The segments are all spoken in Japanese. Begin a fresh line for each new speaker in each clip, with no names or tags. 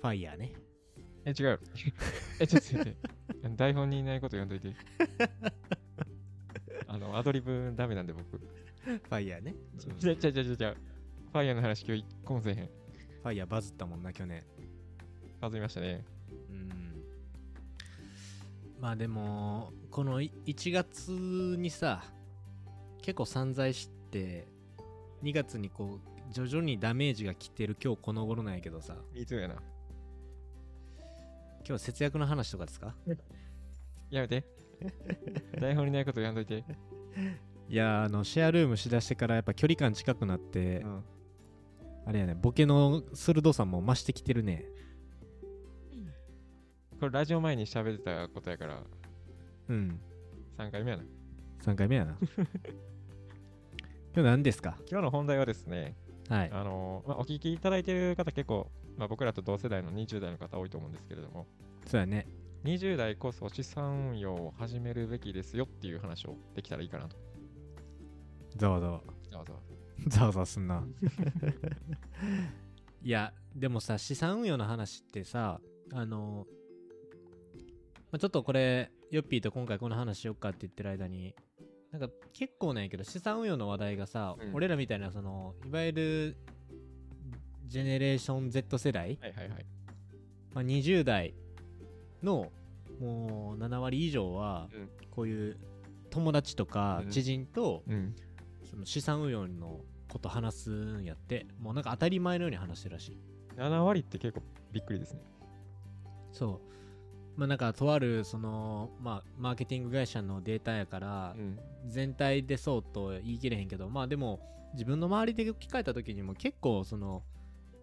ファイヤーね。
え、違う。え、ちょっと待って。 台本にいないこと読んどいて。 あの、アドリブダメなんで僕。
ファイヤーね。
ちゃちゃちゃちゃちゃ。ファイヤーの話今日一個もせえへん。
ファイヤーバズったもんな、去年。
外れましたね。
うん。まあでも、このい1月にさ、結構散財して、2月にこう、徐々にダメージが来てる今日この頃なんやけどさ、
Me too やな。
今日は節約の話とかですか
や めて。台本にないことやんどいて。
いやーあのシェアルームしだしてからやっぱ距離感近くなって、
うん
あれやねボケの鋭さも増してきてるね
これラジオ前に喋ってたことやから、
うん
3回目やな。
3回目や な今日何ですか
今日の本題はですね、
はい
あのまあ、お聞きいただいてる方結構、まあ、僕らと同世代の20代の方多いと思うんですけれども、
そうやね
20代こそ資産運用を始めるべきですよっていう話をできたらいいかなと。
ざわざわ
ざわざわ
ざわざわすんな いやでもさ資産運用の話ってさあのまあ、ちょっとこれヨッピーと今回この話しよっかって言ってる間になんか結構なんやけど資産運用の話題がさ、
うん
俺らみたいなそのいわゆるジェネレーション Z 世代、
はいはいはい。
まあ、20代のもう7割以上は
うん
こういう友達とか
うん
知人と
うん。
その資産運用のこと話すんやってもうなんか当たり前のように話してるらしい
7割って結構びっくりですね。
そうまあなんかとあるそのまあマーケティング会社のデータやから、
うん。
全体でそうと言い切れへんけどまあでも自分の周りで聞かれた時にも結構その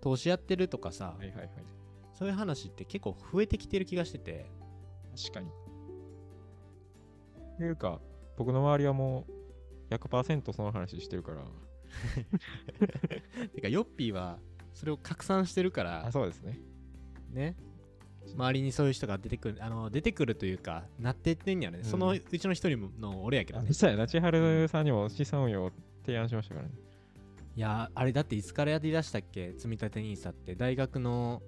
投資やってるとかさ、
はいはいはい。
そういう話って結構増えてきてる気がしてて
確かに。っていうか、僕の周りはもう100%その話してるから。
てかヨッピーはそれを拡散してるから
あ、そうですね。
ね周りにそういう人が出てくるあの出てくるというかなってってんやね、
うん
そのうちの一人の俺やけど
あ
ね
実際、千春さんにも資産運用を提案しましたからね。
いやーあれだっていつからやりだしたっけ積み立て NISA って大学の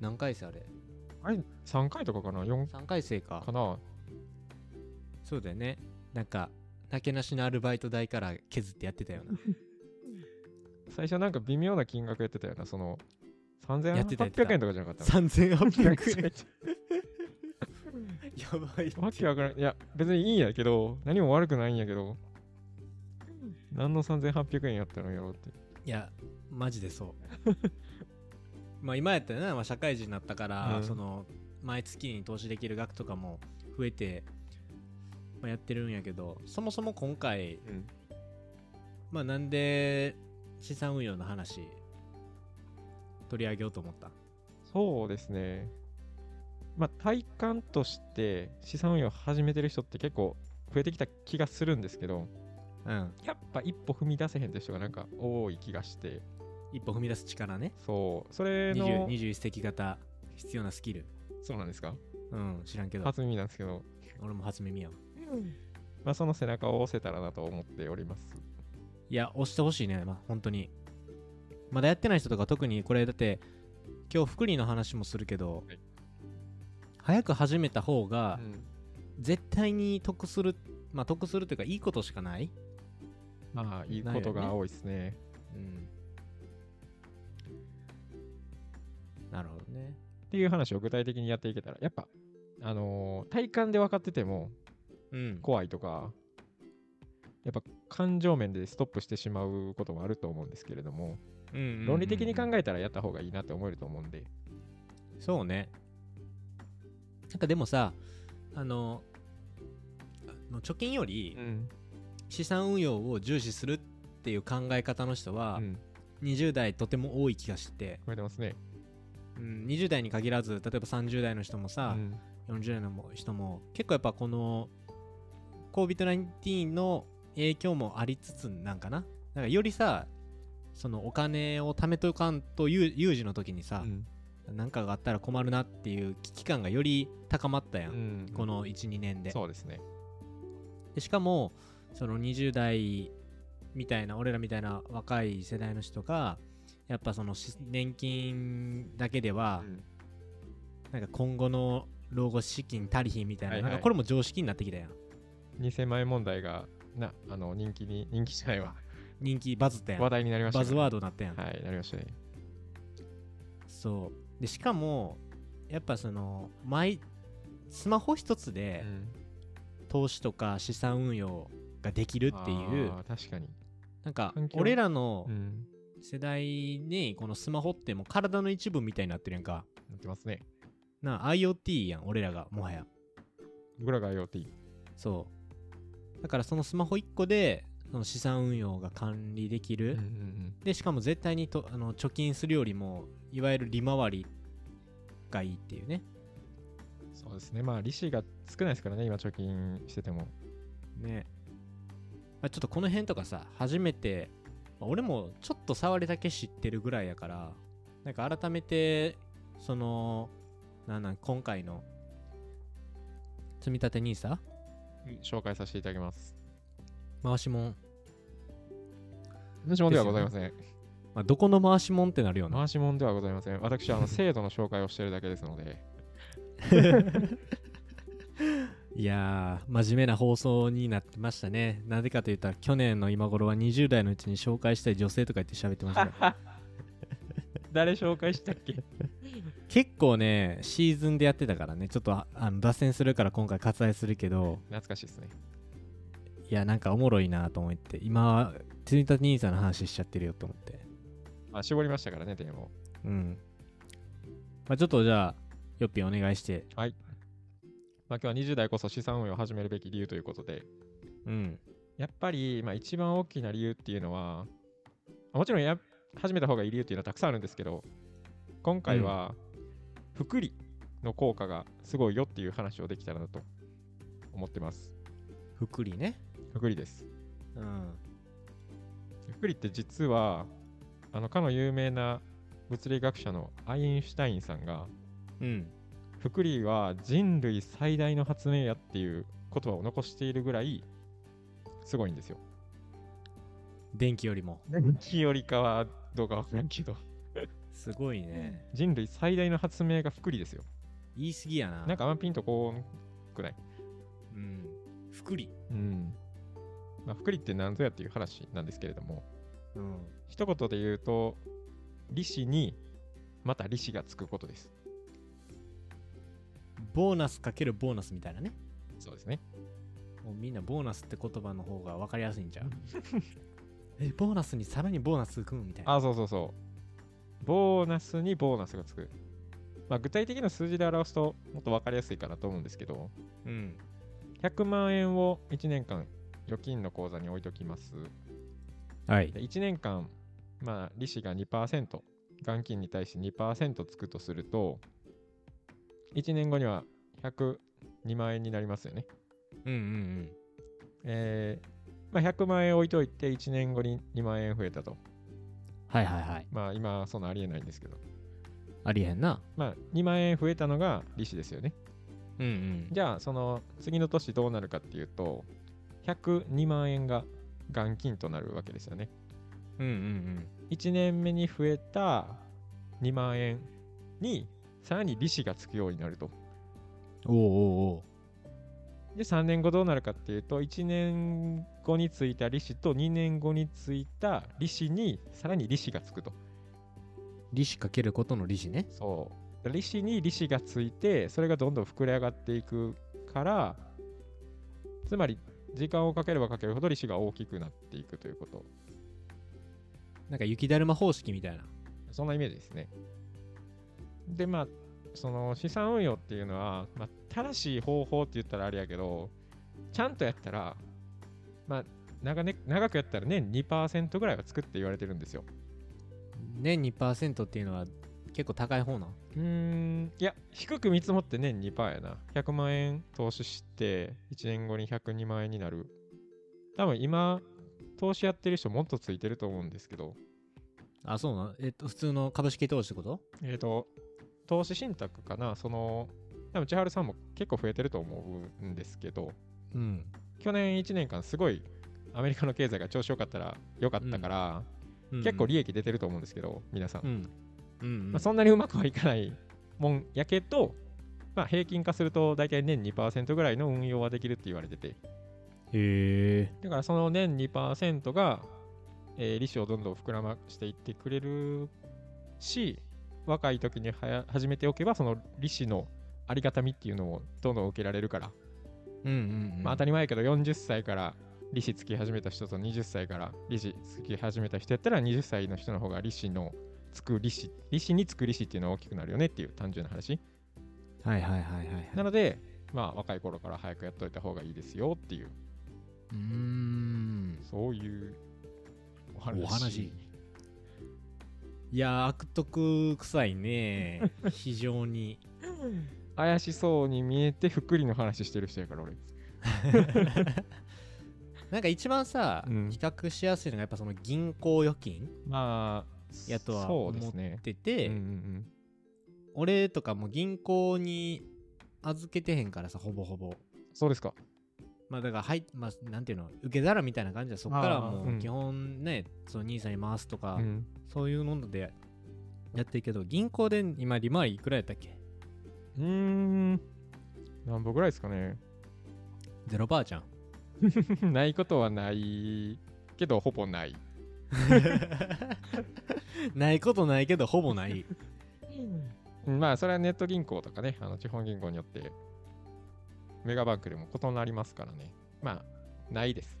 何回生あれ
あれ、3回とかかな ?4
3回生か
かな
そうだよねなんかなけなしのアルバイト代から削ってやってた ような
最初なんか微妙な金額やってたよな、その
やってたやって
3800
た
円とかじゃなかった
3800
の
円 やばいって
わけわからん。いや、別にいいんやけど、何も悪くないんやけど、何の3800円やったのやろうって。
いやマジでそう まあ今やったらな、まあ、社会人になったから、
うん
その毎月に投資できる額とかも増えて、まあ、やってるんやけどそもそも今回、
うん
まあなんで資産運用の話取り上げようと思った
そうですね。まあ、体感として資産運用を始めてる人って結構増えてきた気がするんですけど、
うん
やっぱ一歩踏み出せへんって人がなんか多い気がして、
一歩踏み出す力ね
そう、それ
20
の、
21世紀型必要なスキル
そうなんですか
うん知らんけど
初耳なんですけど、
俺も初耳やわ
まあ、その背中を押せたらなと思っております。
いや、押してほしいね、まあ、本当に。まだやってない人とか特にこれだって、今日福利の話もするけど、
はい
早く始めた方が
う、ん
絶対に得する、まあ得するというか、いいことしかない。
まあ、いい
な
こと
いよ
が
ね
多いですね。
うん。なるほどね。
っていう話を具体的にやっていけたら、やっぱ、あのー体感で分かってても
うん。
怖いとか、やっぱ感情面でストップしてしまうこともあると思うんですけれども、
うんうんうんうん
論理的に考えたらやった方がいいなって思えると思うんで、
そうね。なんかでもさ、あの、あの貯金より
ん
資産運用を重視するっていう考え方の人は、
うん、
20代とても多い気がして、
超えてますね。
うん、20代に限らず例えば30代の人もさ
う、ん
40代の人も結構やっぱこの COVID-19 の影響もありつつなんかななんかよりさそのお金を貯めとかんと有有事の時にさ
う、ん
なんかがあったら困るなっていう危機感がより高まったやん、
うん
この12年で
そうですね。
でしかもその20代みたいな俺らみたいな若い世代の人がやっぱそのし年金だけでは
うん
なんか今後の老後資金足りひんみたいな,、
はいはい
なんかこれも常識になってきたやん
2000万円問題がなあの人気に人気じゃないわ
人気バズったやん
話題になりました
バ
ね、
ズワードになったやん、
はいなりましたね
そうでしかもやっぱその毎スマホ一つで投資とか資産運用ができるっていう、
あー確かに、
なんか
環境
俺らの
うん、
世代にこのスマホってもう体の一部みたいになってるやんか
なってますね
な IoT やん俺らがもはや
僕らが IoT
そうだからそのスマホ1個でその資産運用が管理でき
う
る、
んうんうん
でしかも絶対にとあの貯金するよりもいわゆる利回りがいいっていうね
そうですねまあ利子が少ないですからね今貯金してても
ね、まあ、ちょっとこの辺とかさ初めて、まあ俺もちょっと触りだけ知ってるぐらいやからなんか改めてそのなんなん今回の積み立て NISA
紹介させていただきます
回しもん、
回しもんではございません、
まあ、どこの回しもんってなるよな
回しもんではございません私はあの制度の紹介をしているだけですので
いやー真面目な放送になってましたねなぜかというと去年の今頃は20代のうちに紹介したい女性とか言って喋ってました から
誰紹介したっ け
結構ねシーズンでやってたからねちょっとああの脱線するから今回割愛するけど
懐かしいですね
いやなんかおもろいなと思って今は積み立て兄さんの話しちゃってるよと思って
あ絞りましたからねテーマを
うん、まあ、ちょっとじゃあよっぴんお願いして
まあ、今日は20代こそ資産運用を始めるべき理由ということで
うん
やっぱり、まあ、一番大きな理由っていうのはあもちろんや始めた方がいい理由っていうのはたくさんあるんですけど今回は福利の効果がすごいよっていう話をできたらなと思ってます
福利ね
福利です
うん
福利って実はあのかの有名な物理学者のアインシュタインさんが
うん
福利は人類最大の発明やっていう言葉を残しているぐらいすごいんですよ
電気よりも
電気よりかはどうかわからんけど
すごいね
人類最大の発明が福利ですよ
言い過ぎやな
なんかあんまピンとこうくない
うん福利
うん、まあ、福利って何ぞやっていう話なんですけれども
うん
一言で言うと利子にまた利子がつくことです
ボーナスかけるボーナスみたいなね
そうですね
もうみんなボーナスって言葉の方が分かりやすいんちゃ うえボーナスにさらにボーナス組むみたいな
あそうそうそうボーナスにボーナスがつくまあ具体的な数字で表すともっと分かりやすいかなと思うんですけど
うん
100万円を1年間預金の口座に置いときます。
はい
で1年間、まあ、利子が2%、元金に対して2%つくとすると、1年後には102万円になりますよね。
うんうん
えーまあ、100万円置いといて、1年後に2万円増えたと。
うんはいはいはい
まあ、今、そんなありえないんですけど。
ありえへんな
まあ、2万円増えたのが利子ですよね。
うんうん
じゃあ、その次の年どうなるかっていうと、102万円が元金となるわけですよね。
うんうんうん
1年目に増えた2万円にさらに利子がつくようになると。
おうおうおう
で3年後どうなるかっていうと1年後についた利子と2年後についた利子にさらに利子がつくと。
利子かけることの利子ね
そう利子に利子がついてそれがどんどん膨れ上がっていくからつまり時間をかければかけるほど利子が大きくなっていくということ
なんか雪だるま方式みたいな
そんなイメージですね。で、まあ、その資産運用っていうのは、まあ、正しい方法って言ったらあれやけど、ちゃんとやったら、まあ、長ね長くやったら年2%ぐらいはつくって言われてるんですよ。
年2%っていうのは結構高い方な
うーん、いや、低く見積もって年2%やな。100万円投資して、1年後に102万円になる。多分今、投資やってる人もっとついてると思うんですけど、
あそうなのえっと普通の株式投資ってこと
えっ、と、投資信託かな、その、多分千春さんも結構増えてると思うんですけど、
うん
去年1年間、すごいアメリカの経済が調子良かったら、良かったから、
うん
結構利益出てると思うんですけど、皆さん。
うんうんうん
まあ、そんなにうまくはいかないもんやけど、まあ、平均化すると大体年2%ぐらいの運用はできるって言われてて、
へえ。
だからその年2%が、えー利子をどんどん膨らましていってくれるし、若い時にはや始めておけば、その利子のありがたみっていうのをどんどん受けられるから、
うんうん、うん。
まあ、当たり前やけど40歳から利子つき始めた人と20歳から利子つき始めた人やったら20歳の人の方が利子のつく利子利子につく利子っていうのは大きくなるよねっていう単純な話
はいはいはいはいはい。
なのでまあ若い頃から早くやっといた方がいいですよっていう
うーん。
そういうお話
お話いやー、悪徳臭い ね。非常に。
怪しそうに見えて福利の話してる人やから俺
なんか一番さ、
うん
比較しやすいのがやっぱその銀行預金
まあ
やとは
そ
思
うですね
ってて、
うんうん
俺とかも銀行に預けてへんからさほぼほぼ
うん、そうですか
まあだからはいまあなんていうの受け皿みたいな感じでそっからは
あーう
も
ん
う基本ね、その兄さんに回すとか、
うん
そういうのでやってるけど銀行で今利回りいくらやったっけ
うーん何歩ぐらいですかね
ゼロバーじゃん
ないことはないけどほぼない
ないことないけどほぼ ない
まあそれはネット銀行とかねあの地方銀行によってメガバンクでも異なりますからねまあないです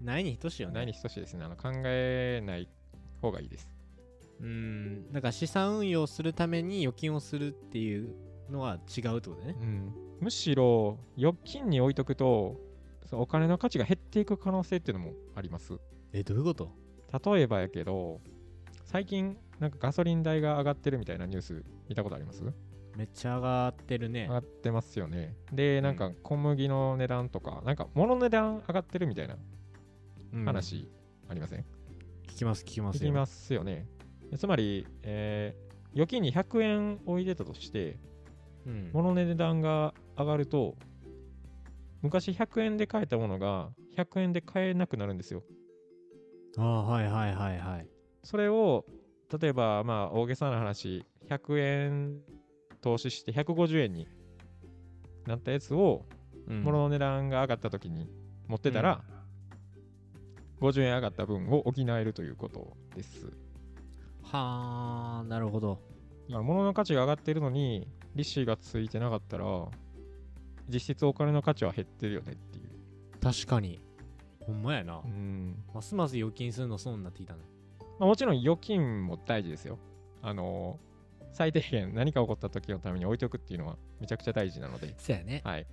ないに等しいよね
ないに等しいですねあの考えない方がいいです
うんだから資産運用するために預金をするっていうのは違うってことね
うんむしろ預金に置いとくとそのお金の価値が減っていく可能性っていうのもあります
えどういうこと
例えばやけど最近なんかガソリン代が上がってるみたいなニュース見たことあります
めっちゃ上がってるね
上がってますよね。で、なんか小麦の値段とか、なんか物の値段上がってるみたいな
うん
話ありません、
聞きます聞きま
聞
す
きますすよね。でつまり、えー預金に100円を入れたとして、
うん
物の値段が上がると、昔100円で買えたものが100円で買えなくなるんですよ。
ああはいはいはいはい
それを、例えば、まあ、大げさな話、100円投資して150円になったやつを、
うん
物の値段が上がった時に持ってたら、50円上がった分を補えるということです。
はあなるほど
だから物の価値が上がってるのに利子がついてなかったら実質お金の価値は減ってるよねっていう。
確かにほんまやな、
うん
ますます預金するの損になってきたね
まあ、もちろん預金も大事ですよ。あのー最低限何か起こった時のために置いておくっていうのはめちゃくちゃ大事なので、
そうやね
はい、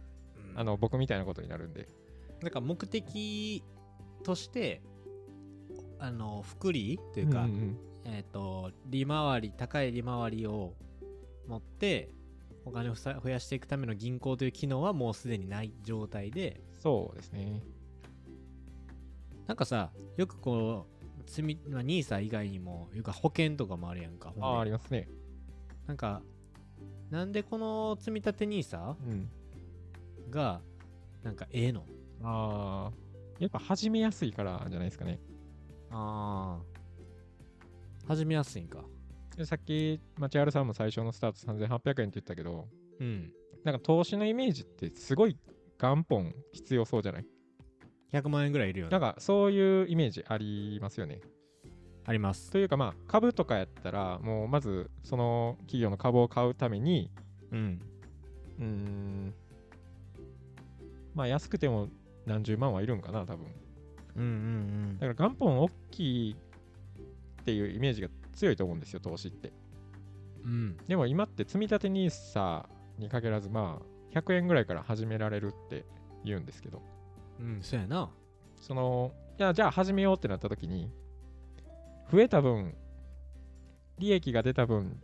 うん
あの僕みたいなことになるんで、
なんか目的としてあの福利というか、
んん
えっ、と利回り高い利回りを持ってお金をふさ増やしていくための銀行という機能はもうすでにない状態で
そうですね。
なんかさよくこう積み、まあ、ニーサ以外にもよく保険とかもあるやんかほんで
ああー、ありますね。
なんかなんでこの積み立て NISA
うん、
がなんかええの
ああ、やっぱ始めやすいからじゃないですかね。
ああ始めやすいんか
でさっき、マチアルさんも最初のスタート3800円って言ったけど、
うん
なんか投資のイメージってすごい元本必要そうじゃない
100万円ぐらいいるよ
な
ね
んかそういうイメージありますよね。
あります
というかまあ株とかやったら、もうまずその企業の株を買うために、
うん
うーん、まあ安くても何十万はいるんかな、多分。
うんうん
だから元本大きいっていうイメージが強いと思うんですよ、投資って。
うんうん
でも今って積み立て NISA に限らずまあ100円ぐらいから始められるって言うんですけど
うんそうやな
そのいやじゃあ始めようってなった時に増えた分利益が出た分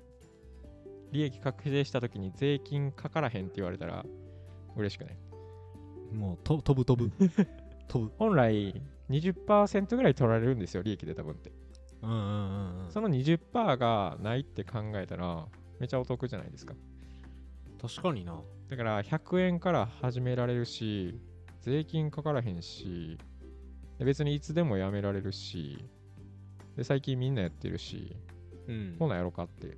利益確定した時に税金かからへんって言われたら嬉しくない
もうと飛ぶ 飛ぶ飛ぶ
本来20%ぐらい取られるんですよ利益出た分って
うんうんうんうん
その20%がないって考えたらめちゃお得じゃないですか
確かにな
だから100円から始められるし、税金かからへんし、で別にいつでもやめられるし、で最近みんなやってるし、
うん
こんなんやろかって。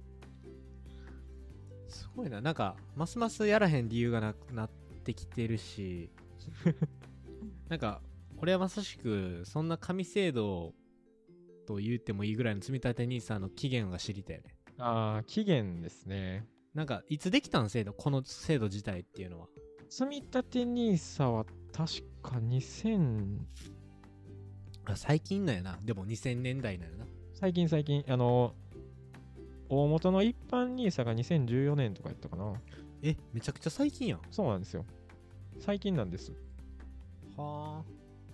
すごいな。なんか、ますますやらへん理由がなくなってきてる し、なんか、俺はまさしく、そんな紙制度と言ってもいいぐらいの積立 NISA の期限が知りたいね。
ああ、期限ですね。
なんか、いつできたん制度この制度自体っていうのは。
積み立て NISA は確か2000、
あ最近なんやな。でも2000年代なんやな。
最近最近、あの、大元の一般 NISA が2014年とかやったかな。
え、めちゃくちゃ最近やん。
そうなんですよ。最近なんです。
はあ。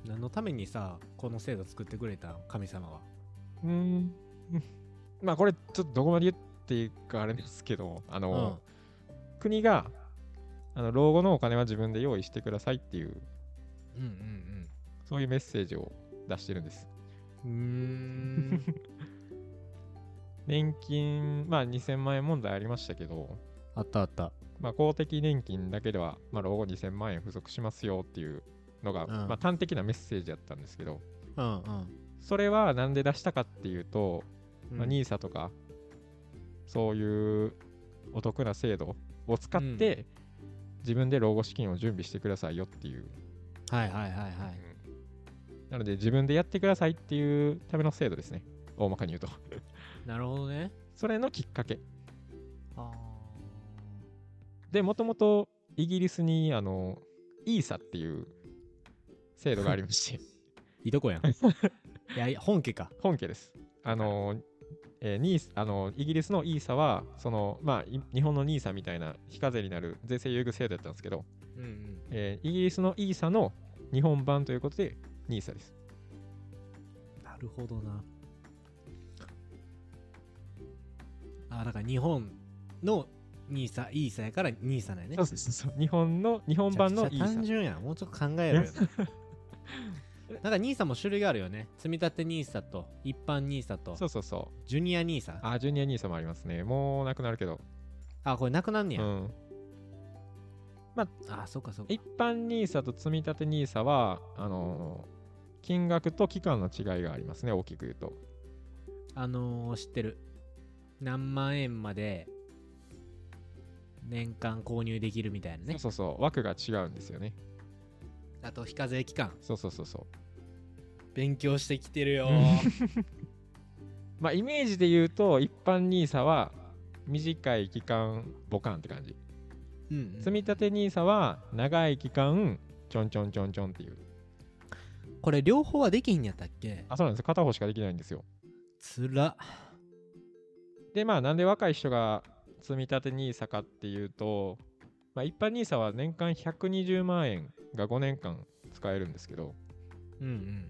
何のためにさ、この制度作ってくれたん神様は。
うーん。まあこれ、ちょっとどこまで言っていいかあれですけど、あ
う
の
ん、。
国が、あの老後のお金は自分で用意してくださいっていう、
うんうん
そういうメッセージを出してるんです。
うん。うーん。
年金、まあ2000万円問題ありましたけど、
あったあった。
まあ、公的年金だけでは、まあ、老後2000万円付属しますよっていうのが、
ん
まあ、端的なメッセージだったんですけど、
うんうん。
それはなんで出したかっていうと、まあ、
うん
NISA とか、そういうお得な制度を使って、自分で老後資金を準備してくださいよっていう、
はいはいはいはい。
うんなので自分でやってくださいっていうための制度ですね、大まかに言うと。
なるほどね。
それのきっかけ。
あ
で、もともとイギリスに、あの、ISA っていう制度がありまして、
いいと こやん。いやいや、本家か。
本家です。あの、えーニースあのイギリスの ESA はその、まあ、い日本の NISA みたいな非課税になる税制優遇制度だったんですけど、
うんうん。
えーイギリスの ESA の日本版ということで NISA です。
なるほどな。あ、だから日本のニーサ、イーサやからニーサなんやね。
そうそうそう日本の日本版の
めちゃくちゃ単
ESA。
純やん。もうちょっと考えろよ。 なんかニーサも種類があるよね。積み立てニーサと、一般ニーサと
そ、うそうそう。
ジュニアニーサ。
あ、ジュニア NISA もありますね。もうなくなるけど。
あ、これなくなんね
う
や。
ん、
あ、そっかそっか
一。般 NISA と積み立て NISA はあのー金額と期間の違いがありますね、大きく言うと。
あのー、知ってる。何万円まで年間購入できるみたいなね。
そうそうそう、枠が違うんですよね。
あと、非課税期間。
そうそうそうそう。
勉強してきてるよ。
まあ、イメージで言うと、一般 NISA は短い期間、ボカンって感じ。
うんうん
積み立て NISA は長い期間、ちょんちょんちょんちょんっていう。
これ両方はできひんやったっけ
あ、そうなんです。片方しかできないんですよ。
つら。
で、まあ、なんで若い人が積み立て NISA かっていうと、まあ、一般 NISA は年間120万円が5年間使えるんですけど、
うんうん。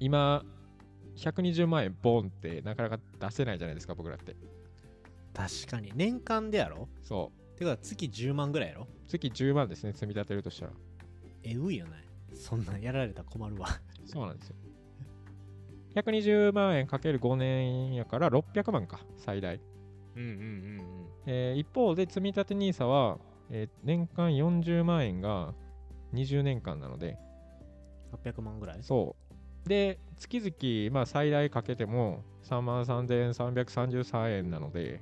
今、120万円ボンってなかなか出せないじゃないですか、僕らって。
確かに。年間でやろ
そ
てか、月10万ぐらいやろ
う。月10万ですね、積み立てるとしたら。
えぐいよね。そんなんやられたら困るわ。
そうなんですよ。120万円かける5年やから600万か、最大。
うんうんうん
えー一方で、積み立て NISA は、えー年間40万円が20年間なので、
うん。800万ぐらい
そう。で、月々、まあ、最大かけても3万3333円なので、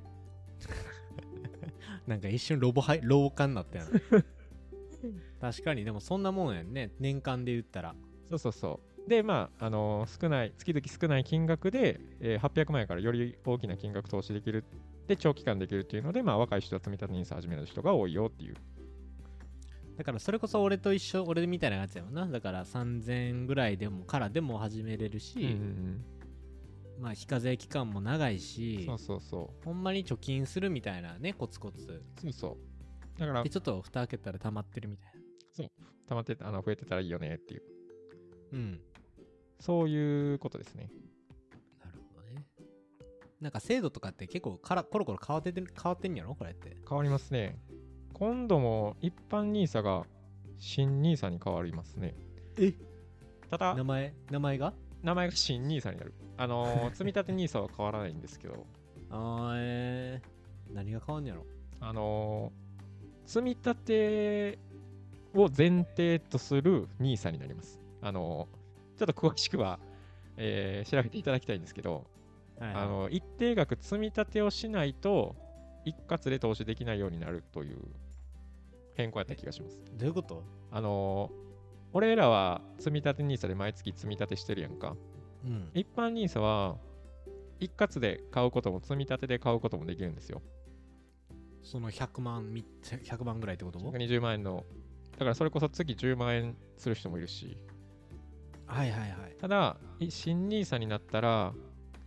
なんか一瞬ロボハイ、老化になったやん。確かに、でもそんなもんやんね。年間で言ったら。
そうそうそう。で、まあ、あのー少ない、月々少ない金額で、えー800万円からより大きな金額投資できる。で、長期間できるっていうので、まあ、若い人は積み立て NISA 始める人が多いよっていう。
だからそれこそ俺と一緒、俺みたいなやつやもんな。だから3000ぐらいでも、からでも始めれるし、
うんうん
まあ非課税期間も長い
うん、
し
そう、そうそう。
ほんまに貯金するみたいなね、コツコツ。
そうそう。だから
で、、ちょっと蓋開けたら溜まってるみたいな。
溜まってた、あの、増えてたらいいよねっていう。
うん。
そういうことですね。
なるほどね。なんか制度とかって結構からコロコロ変わってて変わってんやろこれって。
変わりますね。今度も一般 NISA が新 NISA に変わりますね。
え
ただ
名、前、名前が
名前が新 NISA になる。あのー 積み立て NISA は変わらないんですけど、
あーえー、何が変わんねやろ
あのー積み立てを前提とする NISA になります。あのーちょっと詳しくは、えー調べていただきたいんですけど、
はいはい、
あの一定額積み立てをしないと一括で投資できないようになるという変更やった気がします。
どういうこと
あのー俺らは積み立て NISA で毎月積み立てしてるやんか。
うん。
一般 NISA は一括で買うことも積み立てで買うこともできるんですよ。
その100万み、100万ぐらいってこと
120万円の。だからそれこそ月10万円する人もいるし。
はいはいはい。
ただ、い新 NISA になったら、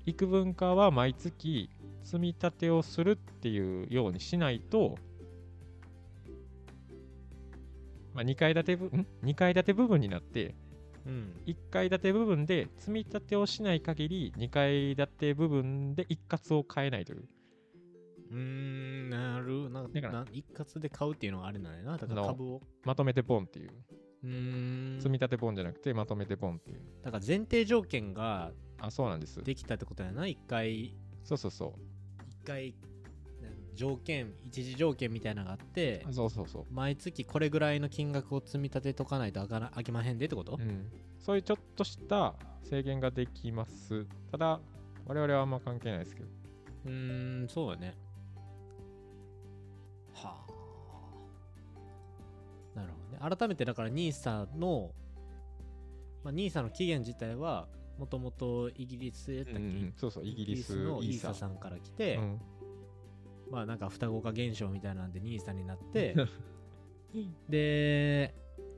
幾分かは毎月積み立てをするっていうようにしないと、まあ、2階建てぶ、ん ?2 階建て部分になって、
うん。
1階建て部分で積み立てをしない限り、2階建て部分で一括を買えないという。
うーん、なる。なんか
だから
な一括で買うっていうのがあれなんやな。だか
あ
ら
の
株を。
まとめてポンっていう。
うーん。
積み立てポンじゃなくて、まとめてポンっていう。
だから前提条件が
あ、そうなんです。
できたってことやな。一回、
そうそうそ
一回、な条件、一時条件みたいなのがあって
う。、そうそうそう。
毎月これぐらいの金額を積み立てとかないとあかなあきまへんでってこと、
うん、そういうちょっとした制限ができます。ただ、我々はあんま関係ないですけど。
うーん、そうだね。はあ。なるほどね。改めてだから NISA の、まあ、NISA の起源自体は、もともとイギリスやったっけ、
うんそうそう、イギリス、
のイーサ
ー
さんから来て、
うん
まあなんか双子化現象みたいなんで NISA になって で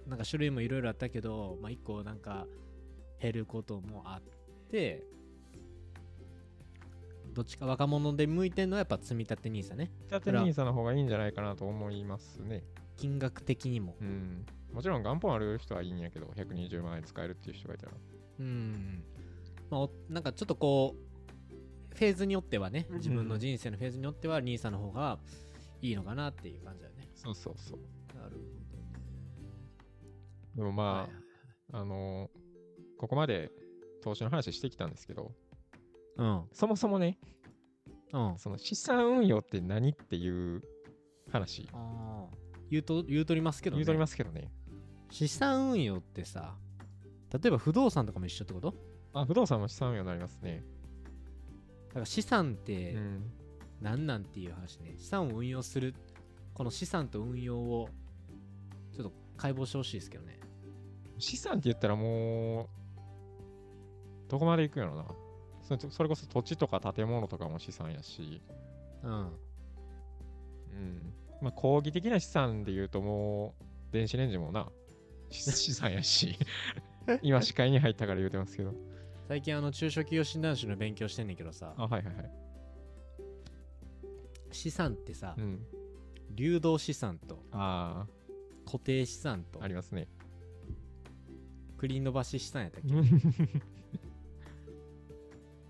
なんか種類もいろいろあったけど、まあ、1個なんか減ることもあってどっちか若者で向いてんのはやっぱ積み立て NISA ね
立て NISA の方がいいんじゃないかなと思いますね。
金額的にも
うん。もちろん元本ある人はいいんやけど、120万円使えるっていう人がいたら。
うん、まあお、なんかちょっとこうフェーズによってはね
うん
自分の人生のフェーズによっては NISA の方がいいのかなっていう感じだよね
そうそうそう。
なるほどね
でも
は
ま
い
あ、あのーここまで投資の話してきたんですけど、
うん
そもそもね、
うん
その資産運用って何っていう話、
ああ言うと言うとりますけど、ね、
言うとりますけどね。
資産運用ってさ例えば不動産とかも一緒ってこと
あ、不動産も資産運用になりますね。
だから資産っ
う
て
ん。
何なんっていう話ね、資産を運用するこの資産と運用をちょっと解剖してほしいですけどね
資産って言ったらもう、どこまで行くんやろな。それそれこそ土地とか建物とかも資産やし、
うん
うん。まあ、講義的な資産で言うともう、電子レンジもな、し資産やし、 今視界に入ったから言うてますけど。
最近あの中小企業診断士の勉強してんねんけどさ
あ、はいはいはい。
資産ってさ、
うん。
流動資産と
あ
固定資産と
あ、ありますね。
繰り延ばし資産やったっけ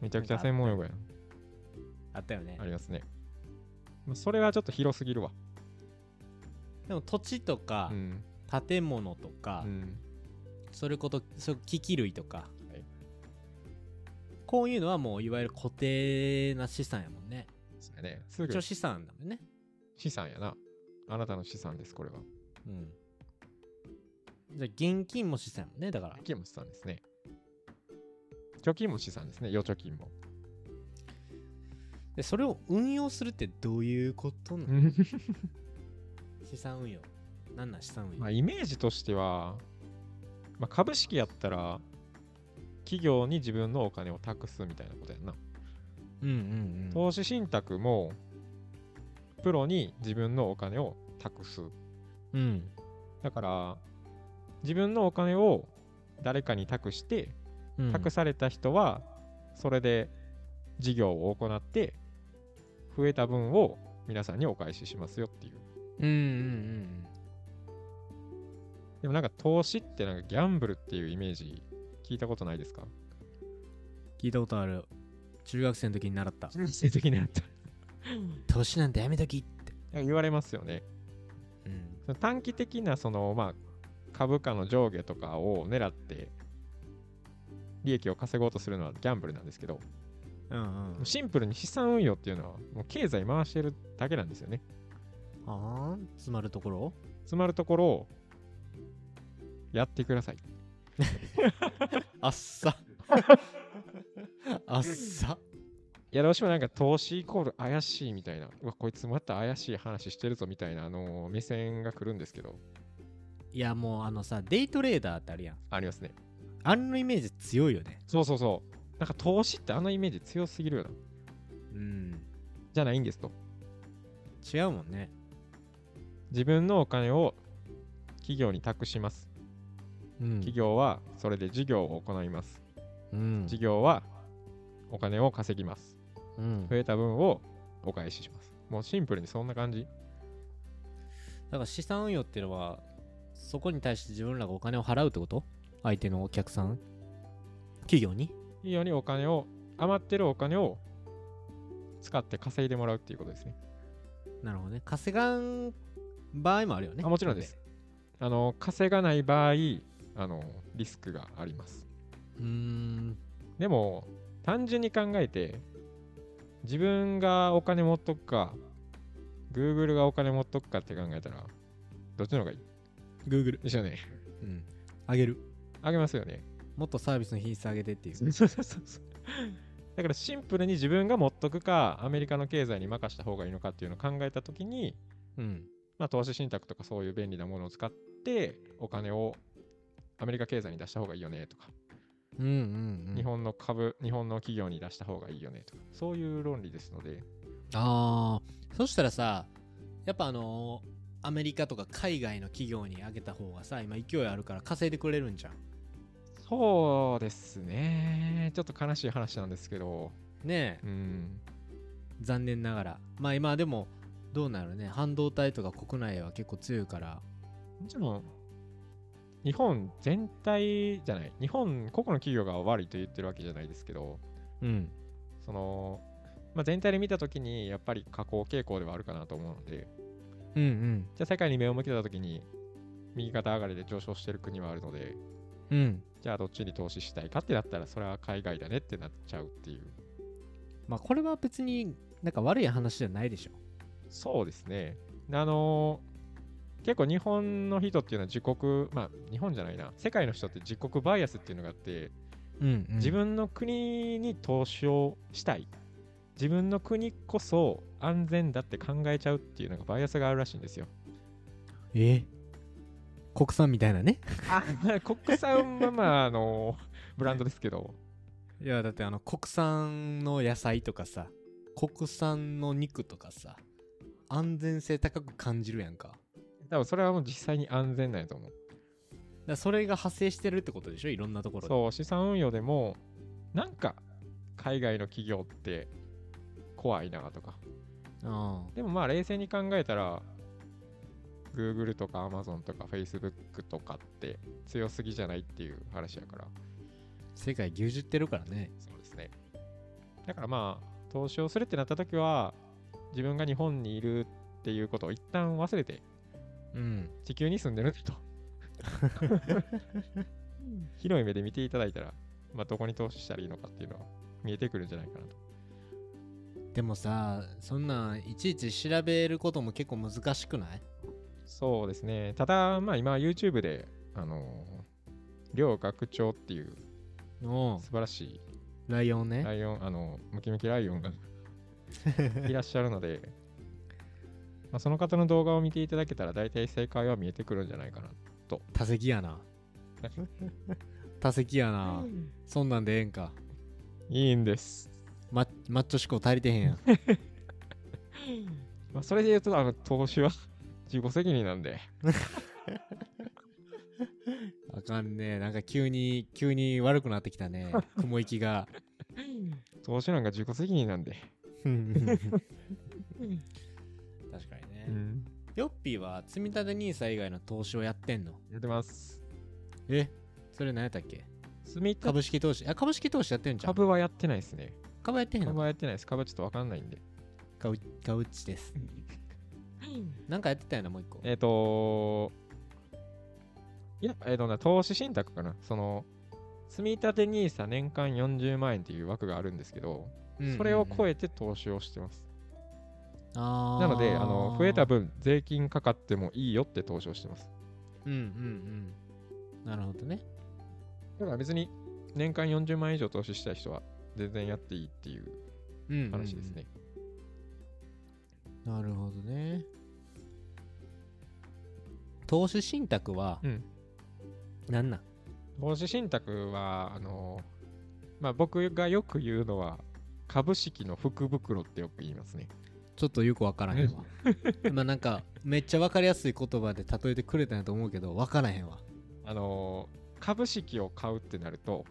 めちゃくちゃ専門用語やん。
あったよね
ありますね。まあ、それはちょっと広すぎるわ。
でも土地とか
うん。
建物とか、
うん。
それことそれ機器類とか、
はい
こういうのはもういわゆる固定な資産やもんね
そうやね。すぐ
一応資産だもんね
資産やな。あなたの資産です、これは。
うんじゃあ現金も資産やもんねだから
貯金も資産ですね。貯金も資産ですね、預貯金も。
でそれを運用するってどういうことなの、資産運用なんなん資産運用、
まあ、イメージとしては、まあ、株式やったら、企業に自分のお金を託すみたいなことやんな。
うんうんうん
投資信託も、プロに自分のお金を託す。
うん
だから、自分のお金を誰かに託して、
うん
託された人は、それで事業を行って、増えた分を皆さんにお返ししますよっていう。
うんうんうん
でもなんか投資ってなんかギャンブルっていうイメージ聞いたことないですか
聞いたことある中学生の時に習った
人生的なやった。
投資なんてやめときって
言われますよね。
うん
その短期的なそのまあ株価の上下とかを狙って利益を稼ごうとするのはギャンブルなんですけど、
うんうん
シンプルに資産運用っていうのはもう経済回してるだけなんですよね。
ああ詰まるところ
つまるところをやってください。
あっさあっさ
いやどうしてもなんか投資イコール怪しいみたいな、うわ、こいつまた怪しい話してるぞみたいな、あのー目線が来るんですけど、
いやもうあのさデイトレーダーってあるやん
ありますね。
あのイメージ強いよね
そうそうそう。なんか投資ってあのイメージ強すぎるよな。
うん
じゃないんですと。
違うもんね
自分のお金を企業に託します。
うん
企、業はそれで事業を行います。
うん
事業はお金を稼ぎます。
うん、
増
だ
えた分をお返しします。もうシンプルにそんな感じ。
から資産運用ってのはそこに対して自分らがお金を払うってこと相手のお客さん企業に
いいようにお金を、余ってるお金を使って稼いでもらうっていうことですね。
なるほどね稼がん場合もあるよね
あもちろんです。あの、稼がない場合、あの、リスクがあります。
うーん
でも、単純に考えて、自分がお金持っとくか、Google がお金持っとくかって考えたら、どっちの方がいい
Google
ですよね。
うんあげる
あげますよ ね。
もっとサービスの品質上げてっていう
そうそうそうそう。だからシンプルに自分が持っとくか、アメリカの経済に任した方がいいのかっていうのを考えたときに、
うん
まあ、投資信託とかそういう便利なものを使って、お金をアメリカ経済に出した方がいいよねとか、
うんうん、うん、
日本の株、日本の企業に出した方がいいよねとか、そういう論理ですので、
ああそしたらさやっぱあのーアメリカとか海外の企業にあげた方がさ今勢いあるから稼いでくれるんじゃん
そうですね。ちょっと悲しい話なんですけど、
ねえ
うん。
残念ながらまあ今でもどうなるね半導体とか国内は結構強いから
もちろん、日本全体じゃない、日本個々の企業が悪いと言ってるわけじゃないですけど、
うん
その、まあ、全体で見たときに、やっぱり下降傾向ではあるかなと思うので、
うんうん
じゃあ世界に目を向けたときに、右肩上がりで上昇してる国はあるので、
うん
じゃあどっちに投資したいかってなったら、それは海外だねってなっちゃうっていう。
まあこれは別になんか悪い話じゃないでしょ
そうですね。あのー結構日本の人っていうのは自国、まあ日本じゃないな、世界の人って自国バイアスっていうのがあって、
うん、
自分の国に投資をしたい。自分の国こそ安全だって考えちゃうっていうのがバイアスがあるらしいんですよ。
え国産みたいなね
あ国産はま あ、あのブランドですけど、
いやだってあの国産の野菜とかさ国産の肉とかさ安全性高く感じるやんか
多分それはもう実際に安全なんやと思う。
だからそれが派生してるってことでしょいろんなところで
そう、資産運用でも、なんか海外の企業って怖いなとか、
うん
でもまあ冷静に考えたら、Google とか Amazon とか Facebook とかって強すぎじゃないっていう話やから、
世界牛耳ってるからね
そうですね。だからまあ、投資をするってなった時は、自分が日本にいるっていうことを一旦忘れて、
うん
地球に住んでるんだと。広い目で見ていただいたら、まあ、どこに投資したらいいのかっていうのは見えてくるんじゃないかなと。
でもさそんなんいちいち調べることも結構難しくない
そうですね。ただ、まあ今 YouTube で、あのー、両学長っていう
お
素晴らし
ライオン
い
ね、
ライオン、あのムキムキライオ ンがいらっしゃるので、まあ、その方の動画を見ていただけたら大体正解は見えてくるんじゃないかな。
多席や な多席やなそんなんでええんか
いいんです。
ママッチョ思考足りてへん やん
まあ、それで言うと、あの、投資は 自己責任なんで。
あかんねなんか急に急に悪くなってきた ね雲行きが
投資なんか自己責任なんで。
うん確かにね、
ん。
ヨッピーは積立 NISA 以外の投資をやってんの
やってます。
えそれ何やったっけ
住み立て
株式投資あ株式投資やってるんじゃん
株はやってないですね。
株やってへんの
株はやってないです。株はちょっとわかんないんで。
ガウガウッチです。 なんかやってたよな、もう一個。
えっ、といや、えっ、とな、投資信託かな。その、積立 NISA 年間40万円っていう枠があるんですけど、それを超
え、
えて投資をしてます。
な
なので、あの、増えた。分、税金かかってもいいよって投資をしてます。
うんうんうん。なるほどね。
だから別に年間40万円以上投資したい人は全然やっていいっていう
うん
話ですね。
なるほどね投資信託は
うん
なんなん
投資信託は、あの、まあ、僕がよく言うのは、株式の福袋ってよく言いますね。
ちょっとよくわからへんわ まあなんかめっちゃわかりやすい言葉で例えてくれたんやと思うけどわからへんわ、
あの、株式を買うってなると、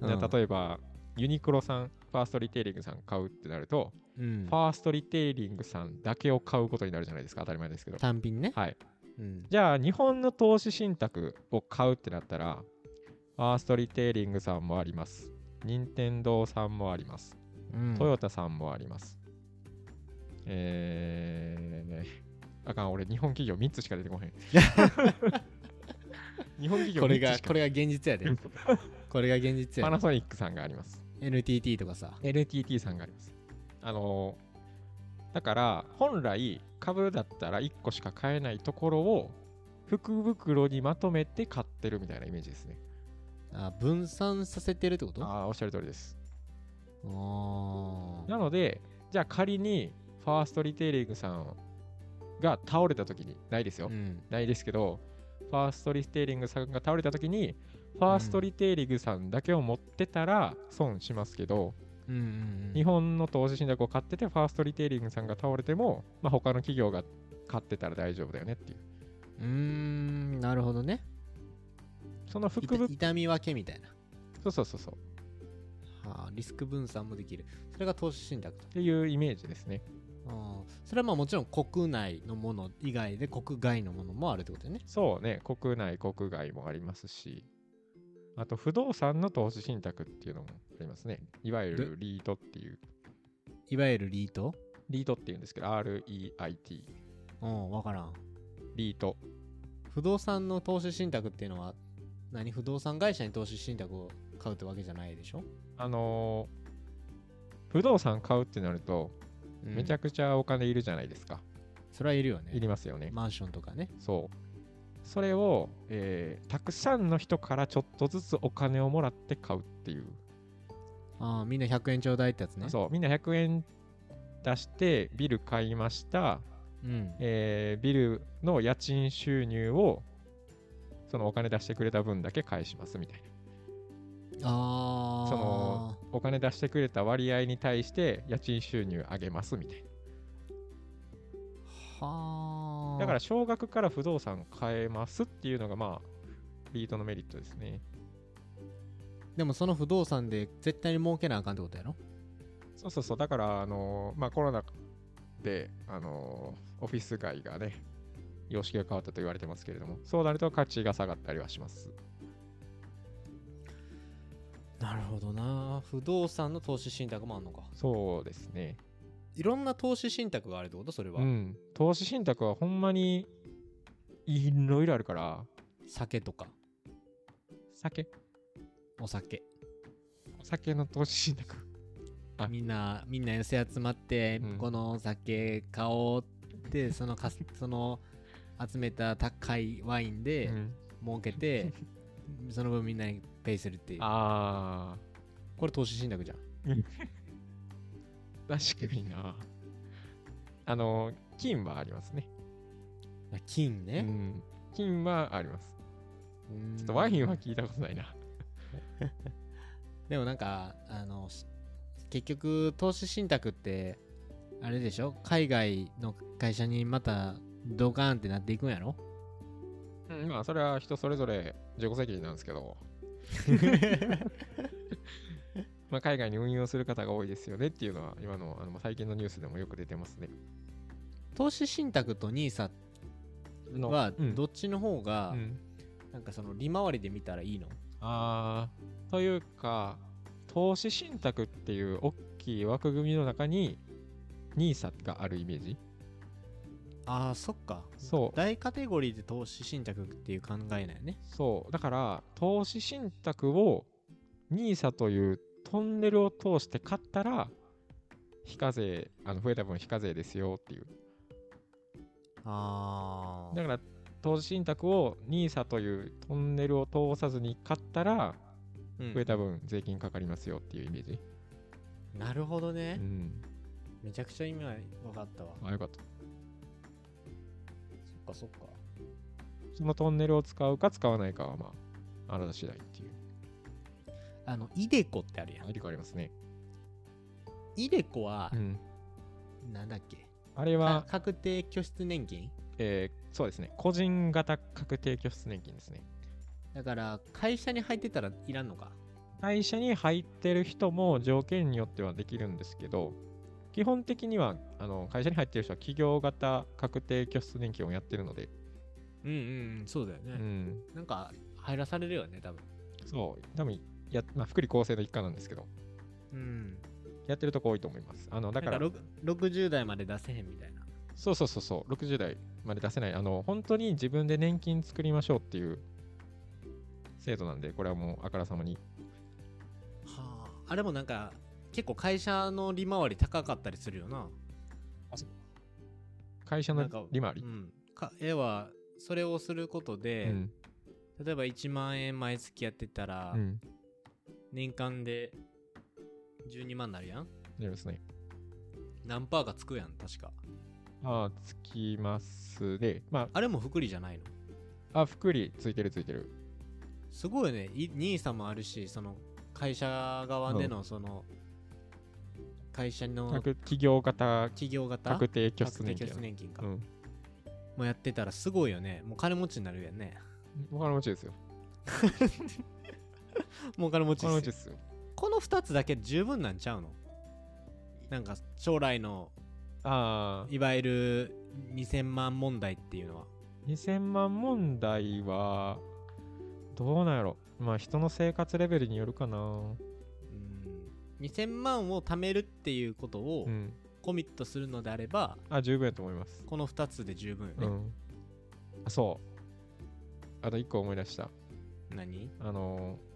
うん、
じゃあ例えば、ユニクロさん、ファーストリテイリングさん買うってなると、
うん
フ、ァーストリテイリングさんだけを買うことになるじゃないですか、当たり前ですけど。
単品ね、
はい。
うん、
じゃあ、日本の投資信託を買うってなったら、ファーストリテイリングさんもあります。任天堂さんもあります。
うん
トヨタさんもあります。えー、あかん、俺、日本企業3つしか出て こへん。日本企業
これ
3つ
が
しか
これが現実やでこれが現実や
パ
で
ナソニックさんがあります。
NTT とかさ
NTT さんがあります。あのーだから、本来、株だったら1個しか買えないところを、福袋にまとめて買ってるみたいなイメージですね。
あ分散させてるってことあ
ああ、おっしゃる通りです。
ー
なので、じゃあ仮に、ファーストリテイリングさんが倒れた時に、ないですよ。
うん
ないですけど、ファーストリテイリングさんが倒れた時に、ファーストリテイリングさんだけを持ってたら損しますけど、
うんうん
日本の投資信託を買ってて、ファーストリテイリングさんが倒れても、まあ、他の企業が買ってたら大丈夫だよねっていう。
うーんなるほどね
その
い
福
た
袋、
痛み分けみたいな
そうそうそうそう。
はあリスク分散もできるそれが投資信託と
っていうイメージですね。
あーそれはまあもちろん国内のもの以外で国外のものもあるってことよね
そうね、国内、国外もありますし、あと不動産の投資信託っていうのもありますね。いわゆるリートっていう、
いわゆるリート
リートっていうんですけど、REIT、
うん分からん
リート。
不動産の投資信託っていうのは何不動産会社に投資信託を買うってわけじゃないでしょ、
あのー不動産買うってなると、
うん
めちゃくちゃお金いるじゃないですか。
それはいるよね
いりますよね。
マンションとかね
そう。それを、えーたくさんの人からちょっとずつお金をもらって買うっていう。
あーみんな100円ちょうだいってやつね
そう。みんな100円出して、ビル買いました。
うん
えービルの家賃収入を、そのお金出してくれた分だけ返しますみたいな。
ああ
そのお金出してくれた割合に対して家賃収入上げますみたいな。
はあ
だから少額から不動産買えますっていうのがまあリートのメリットですね。
でもその不動産で絶対に儲けなあかんってことやろ
そうそうそうだからあのーまあコロナであのーオフィス街がね様式が変わったと言われてますけれどもそうなると価値が下がったりはします。
なるほどな不動産の投資信託もあんのか
そうですね。
いろんな投資信託があるってことそれは、
うん。投資信託はほんまにいろいろあるから
酒とか
酒
お酒
お酒の投資信託。あ
みんなみんな寄せ集まって、
うん
このお酒買おうってその かすその集めた高いワインで
うん
儲け て、その分みんなにペイするっていう
あ
これ投資信託じゃん
ー確かにな。あのー金はありますね。
あ金
う
ね、
ん、金はあります。
うん
ちょっとワインは聞いたことないな。
でもなんかあのし結局投資信託ってあれでしょ海外の会社にまたドカーンってなっていくんやろ
うん、まあそれは人それぞれ自己責任なんですけど、まあ、海外に運用する方が多いですよねっていうのは今のあの最近のニュースでもよく出てますね。
投資信託と NISA
の
は
うん
どっちの方が
うん
なんかその利回りで見たらいいの
あーというか投資信託っていう大きい枠組みの中に NISA があるイメージ
あーそっか
そう
大カテゴリーで投資信託っていう考えなんよね
そうだから投資信託を NISA というトンネルを通して買ったら非課税あの増えた分非課税ですよっていう
あ
だから投資信託を NISA というトンネルを通さずに買ったら増えた分税金かかりますよっていうイメージ。
なるほど
う
ね、
ん、
めちゃくちゃ今分かったわ。
あ、よかっ
そ
た。
っかそっか。
そのトンネルを使うか使わないかは、まあ、あなた次第っていう。
あの、イデコってあるやん
あ。りがありますね。
イデコは
う、ん。
なんだっけ
あれは
か、確定拠出年金
えーそうですね。個人型確定拠出年金ですね。
だから、会社に入ってたらいらんのか。
会社に入ってる人も条件によってはできるんですけど、基本的にはあの会社に入ってる人は企業型確定拠出年金をやってるので、
うんうん、そうだよ
う
ね。
ん、
なんか、入らされるよね、多分。
そう、多分や、まあ、福利厚生の一環なんですけど、
うん。
やってるとこ多いと思います。あのだから
なんかろく60代まで出せへんみたいな。
そうそうそうそう、60代まで出せない、あの本当に自分で年金作りましょうっていう制度なんで、これはもうあからさまに。
はあ、あれもなんか、結構会社の利回り高かったりするよな。
会社
な
の
んか
利回り
う。ん。か、絵は、それをすること
う
で、
ん
例えば1万円毎月やってたら、
うん。
年間で12万になるやん
ありますね。
何パーかつくやん確か
ああ、つきますで、ま
あれも福利じゃないの
あ、あ、福利ついてるついてる。
すごいよねい兄さんもあるしその会社側でのその、会社の
各企業型
企業型
確定拠出
確定
年
拠
金や
出年金か、
な。う
も
ん。
うやってたらすごいよねもう金持ちになるやんね
お金持ちですよ。
もう金持
お
ちっ
金持ち
す
で
よ
すよ。
この2つだけで十分なんちゃうのなんか将来の
ああ、
いわゆる2000万問題っていうのは
2000万問題は、どうなんやろ。まあ、人の生活レベルによるかな。
うん2000万を貯めるっていうことを
うん。
コミットするのであれば、
あ、十分やと思います。
この2つで十分よ
う
ね、
ん。あ、そう。あと一個思い出した。
何
あのー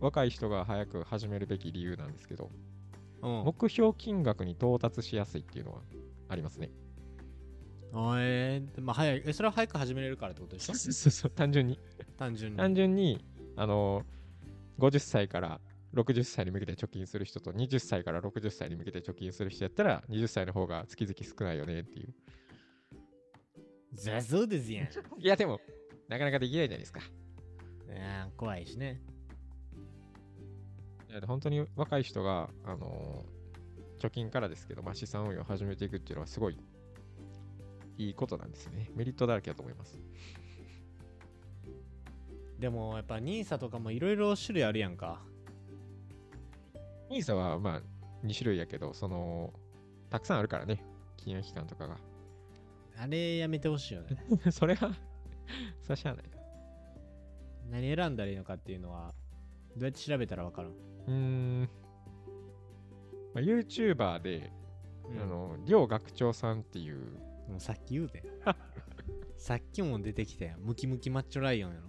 若い人が早く始めるべき理由なんですけど、
うん
目標金額に到達しやすいっていうのはありますね。
あえー、まあ早いえそれは早く始めれるからってことでしょ
そうそう。単純に。
単純に
単純に、あのー50歳から60歳に向けて貯金する人と20歳から60歳に向けて貯金する人やったら20歳の方が月々少ないよねっていう。
ぜそうです やんい
いやでもなかなかできないじゃないですか。
やー怖いしね
いや本当に若い人が、あのー貯金からですけど、まあ、資産運用を始めていくっていうのはすごいいいことなんですね。メリットだらけだと思います。
でもやっぱ NISA とかもいろいろ種類あるやんか
NISA はまあ2種類やけど、そのたくさんあるからね、金融機関とかが。
あれやめてほしいよね
それは それはしゃあないな。
何選んだらいいのかっていうのはどうやって調べたら分かるん、
うーん、まあ、YouTuber で、
うん
あの両学長さんっていう、
もうさっき言う てさっきも出てきてムキムキマッチョライオンやろ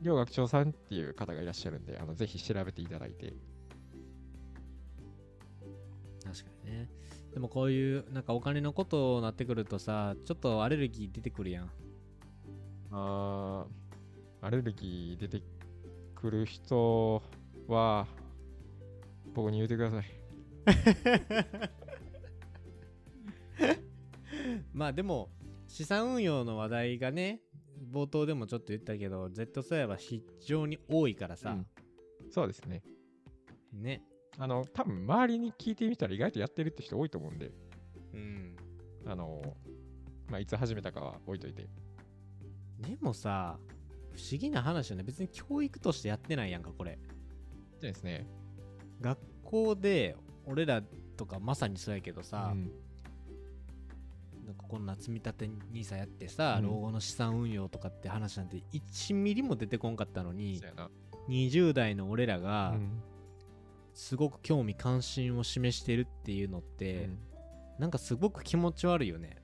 両学長さんっていう方がいらっしゃるんで、あのぜひ調べていただいて。
確かにねでもこういうなんかお金のことになってくるとさちょっとアレルギー出てくるやん
あーアレルギー出てくる人は僕に言うてください。
まあでも資産運用の話題がね冒頭でもちょっと言ったけど Z 世代は非常に多いからさ、
そうですね。
ね
あの多分周りに聞いてみたら意外とやってるって人多いと思うんで、
うん
あのまあ、いつ始めたかは置いといて。
でもさ不思議な話よね別に教育としてやってないやんかこれ
そうですね。
学校で俺らとかまさにそうやけどさ、
うん
なんかこんな積み立て NISA やってさ、
うん
老後の資産運用とかって話なんて1ミリも出てこんかったのに
そうやな
20代の俺らが
うん
すごく興味関心を示してるっていうのって、なんかすごく気持ち悪いよね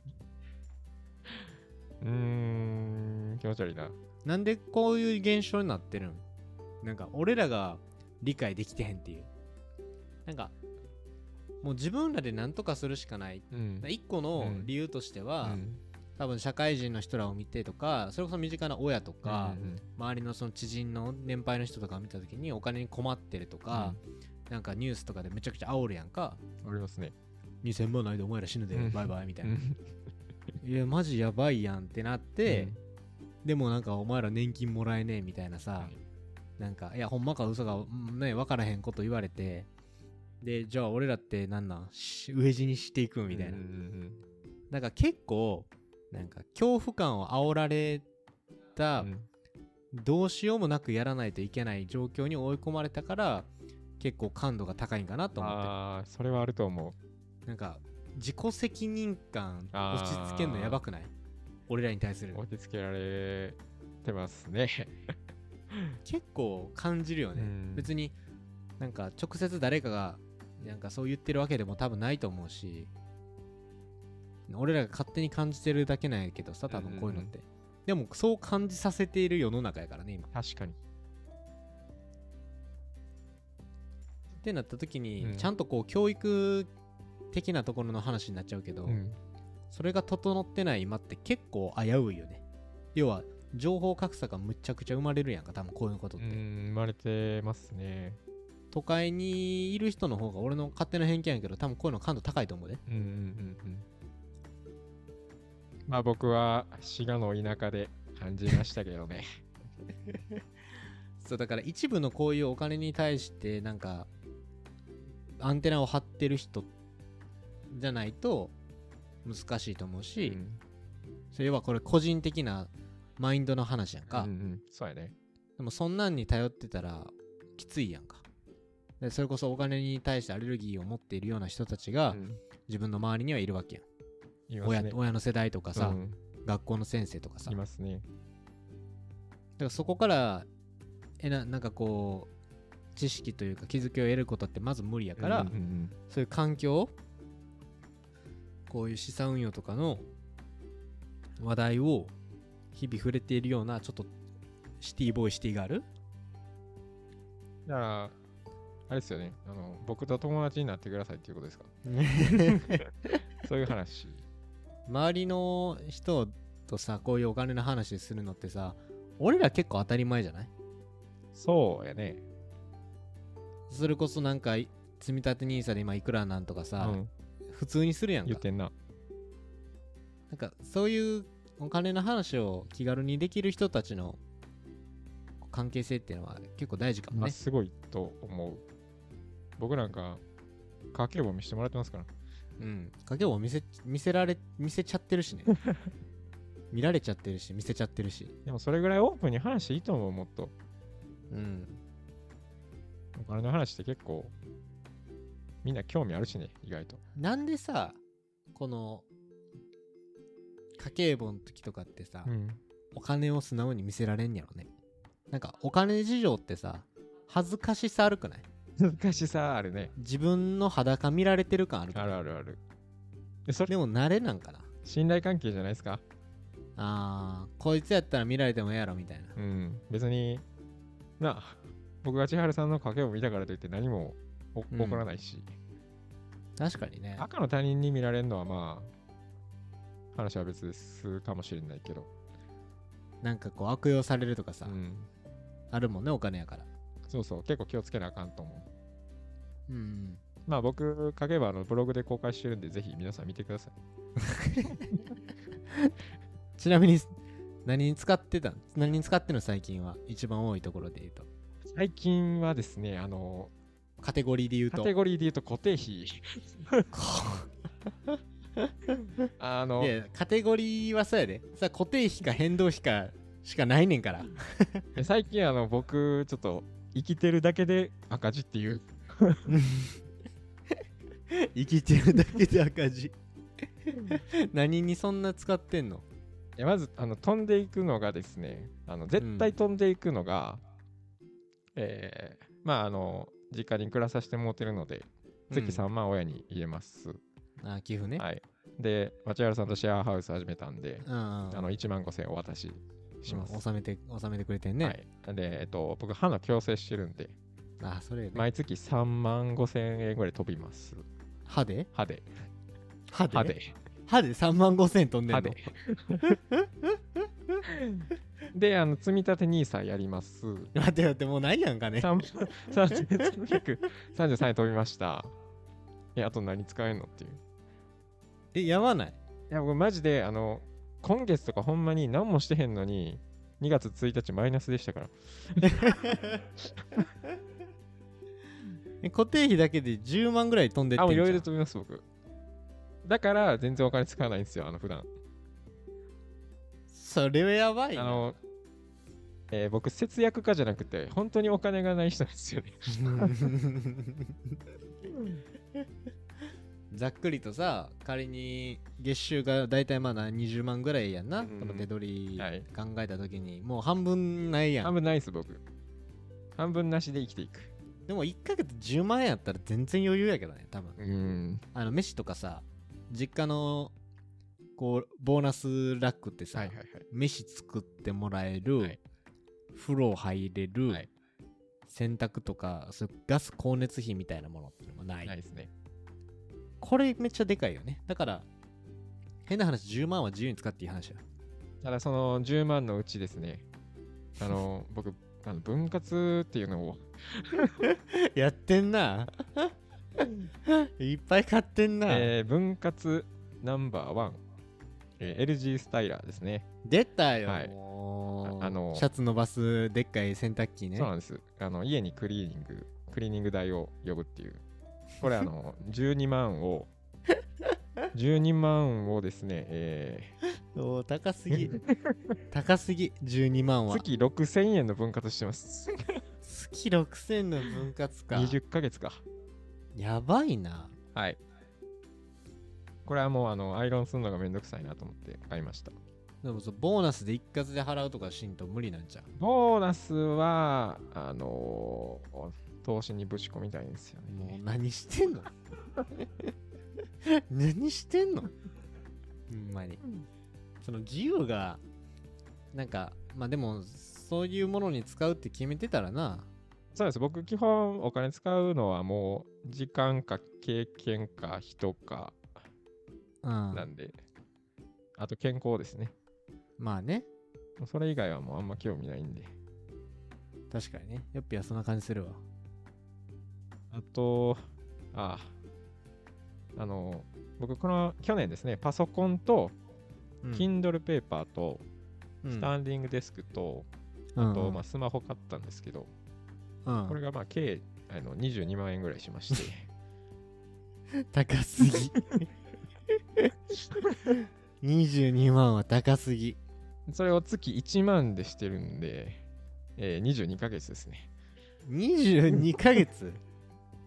うんうーん、気持ち悪いな。
なんでこういう現象になってるんなんか俺らが理解できてへんっていうなんかもう自分らで何とかするしかない
うん
一個の理由としては、
うん
多分社会人の人らを見てとかそれこそ身近な親とか、
うん
周りのその知人の年配の人とかを見た時にお金に困ってるとか、なんかニュースとかでめちゃくちゃ煽るやんか
うんありますね。
2000万ないでお前ら死ぬで、
うん
バイバイみたいうな、
ん
いやマジやばいやんってなって、でもなんかお前ら年金もらえねえみたいな
う
さ
ん、
なんかいやほんまか嘘かうんね分からへんこと言われてでじゃあ俺らってなんなんし飢え死にしていくんみたいな、
うんうん
なんか結構なんか恐怖感を煽られた、
うん
どうしようもなくやらないといけない状況に追い込まれたから結構感度が高いんかなと思って
ああ、それはあると思う。
なんか自己責任感
あ
落
ー
ち着けんのやばくない俺らに対する
落ち着けられてますね。
結構感じるよね、
うん
別になんか直接誰かがなんかそう言ってるわけでも多分ないと思うし俺らが勝手に感じてるだけなんやけどさ多分こういうのって、でもそう感じさせている世の中やからね今
確かに。
ってなった時に、
うん
ちゃんとこう教育的なところの話になっちゃうけど、
うん
それが整ってない今って結構危ういよね要は情報格差がむちゃくちゃ生まれるやんか多分こういうことっ
う
て、
ん、生まれてますね。
都会にいる人の方が俺の勝手な偏見やけど多分こういうの感度高いと思うで
うんうんうんうん。まあ僕は滋賀の田舎で感じましたけどね。
そうだから一部のこういうお金に対してなんかアンテナを張ってる人じゃないと難しいと思う し、
うん
それはこれ個人的なマインドの話やんか、
うんうん、そうやね。
でもそんなんに頼ってたらきついやんか。でそれこそお金に対してアレルギーを持っているような人たちが、
うん
自分の周りにはいるわけやん。
います
親
ね。
親の世代とかさ、
うん
学校の先生とかさ。
い
だか
ますね。
らそこからえな、なんかこう、知識というか気づきを得ることってまず無理やから、
うんうん
そういう環境、こういう資産運用とかの話題を日々触れているような、ちょっとシティボーイ、シティガール
うんだから、あれですよねあの。僕と友達になってくださいっていうことですか。そういう話。
周りの人とさこういうお金の話するのってさ俺ら結構当たり前じゃない
そうやね。
それこそなんかい積み立て NISA で今いくらなんとか
う
さ、
ん、
普通にするやん
言
か
ってんな。
なんかそういうお金の話を気軽にできる人たちの関係性っていうのは結構大事かも
まあ、
ね
すごいと思う。僕なんか、家計簿見せてもらってますから。
うん家計簿見せ見せられ見せちゃってる しね見られちゃってるし見せちゃってるし
でもそれぐらいオープンに話していいと思う、もっと。
うん
お金の話って結構、みんな興味あるしね、意外と。
なんでさこの家計簿の時とかってさ、
うん。
お金を素直に見せられんやろねなんかお金事情ってさ恥ずかしさあるくない
難しさあるね。
自分の裸見られてる感あるくな
あ
い
るあるある。で、それ、
でも慣れなんかな
信頼関係じゃないですか。
あーこいつやったら見られてもええやろみたいな
うん。別に、なあ、僕が千春さんの家計簿見たからといって何もお起
うん
こらないし、
確かにね
赤の他人に見られるのはまあ、話は別ですかもしれないけど。
なんかこう悪用されるとかさ、
うん。
あるもんねお金やから
そうそう、結構気をつけなあかんと思う。
うん
まあ僕、かけばあのブログで公開してるんで、ぜひ皆さん見てください。
ちなみに何に使ってた何に使ってんの最近は一番多いところで言うと
最近はですね、あの、
カテゴリーで言う
カ
と
テゴリーで言うと固定 費。あの
い、やカテゴリーはそうやでさ固定費か変動費かしかないねんから
最近あの、僕、ちょっと、生きてるだけで赤字っていう。
生きてるだけで赤字何にそんな使ってんの
いやまず、あの、飛んでいくのがですね、あの、絶対飛んでいくのが、えーまああの、実家に暮らさせてもらってるので、月3万親に入れます。
うんあ寄付ね、
はい。で、町原さんとシェアハウス始めたんで、
うんうんうん
あの1万5000円お渡しします。
うん納めて納めてくれてんね、
はい、で、えっと、僕、歯の矯正してるんで、
あそれ、ね
毎月3万5000円ぐらい飛びます。
歯で
歯で、
歯で
歯で、
歯で3万5千飛んでん
歯
の
で。 で、あの積み立て NISA やります。
待って待ってもうないやんかね
三3333円飛びました。え、あと何使えんのっていう。
え、やまない
いや、僕マジで、あの、今月とかほんまに何もしてへんのに、2月1日マイナスでしたから。
え固定費だけで10万ぐらい飛んでって
あ、
ん
もう
じゃん
余裕で飛びます、僕。だから、全然お金使わないんですよ、あの、普段。
それはやばいな
あの、えー僕、節約家じゃなくて、本当にお金がない人なんですよね。
ざっくりとさ仮に月収が大体まだ20万ぐらいやんな、
うん
この手取り
はい
考えた時に、もう半分ないや
半
ん
分ないです、僕。半分なしで生きていく。
でも1ヶ月10万円やったら全然余裕やけどね多分
うん。
あの飯とかさ実家のこうボーナスラックってさ、
はいはいはい。
飯作ってもらえる、
はい
風呂入れる、
はい
洗濯とかそういうガス光熱費みたいなものっていうのもない
ないですね。
これめっちゃでかいよねだから変な話10万は自由に使っていい 話や
ただ、その10万のうちですね、あの、 僕、あの分割っていうのを、
やってん ないっぱい買ってんな、
えー分割ナンバーワン、えー LG スタイラーですね。
出たよ、
はい
もう
ああの
シャツ伸ばすでっかい洗濯機ね
そうなんです。あの家にクリーニング、クリーニング代を呼ぶっていう。これ、あの、12万を、12万をですね、え ー
おー高す ぎ高すぎ12万は
月6000円の分割してます。
月6000の分割か
20ヶ月か。
やばいな
はい。これはもうあのアイロンするのがめんどくさいなと思って買いました。
でもそうボーナスで一括で払うとかしんと無理なんじゃん
ボーナスは、あのー投資にぶち込みたいんですよ
も
ね
う。何してん の何してんのほんまに
ん。
その自由が、なんか、まあでも、そういうものに使うって決めてたらな。
そうです。僕、基本お金使うのはもう時間か経験か人か
う。
なんんで、あと健康ですね。
まあね。
もうそれ以外はもうあんま興味ないんで。
確かにね。よっぴはそんな感じするわ。
あと、ああ、あの、僕、この去年ですね、パソコンと
うん
Kindle Paper と
うん
スタンディングデスク
う
と、
ん
あとまあスマホ買ったんですけど、
うん
これがまあ計あの22万円ぐらいしまして
高す ぎ。22万は高すぎ。
それを月1万でしてるんで、えー、22ヶ月ですね
22ヶ月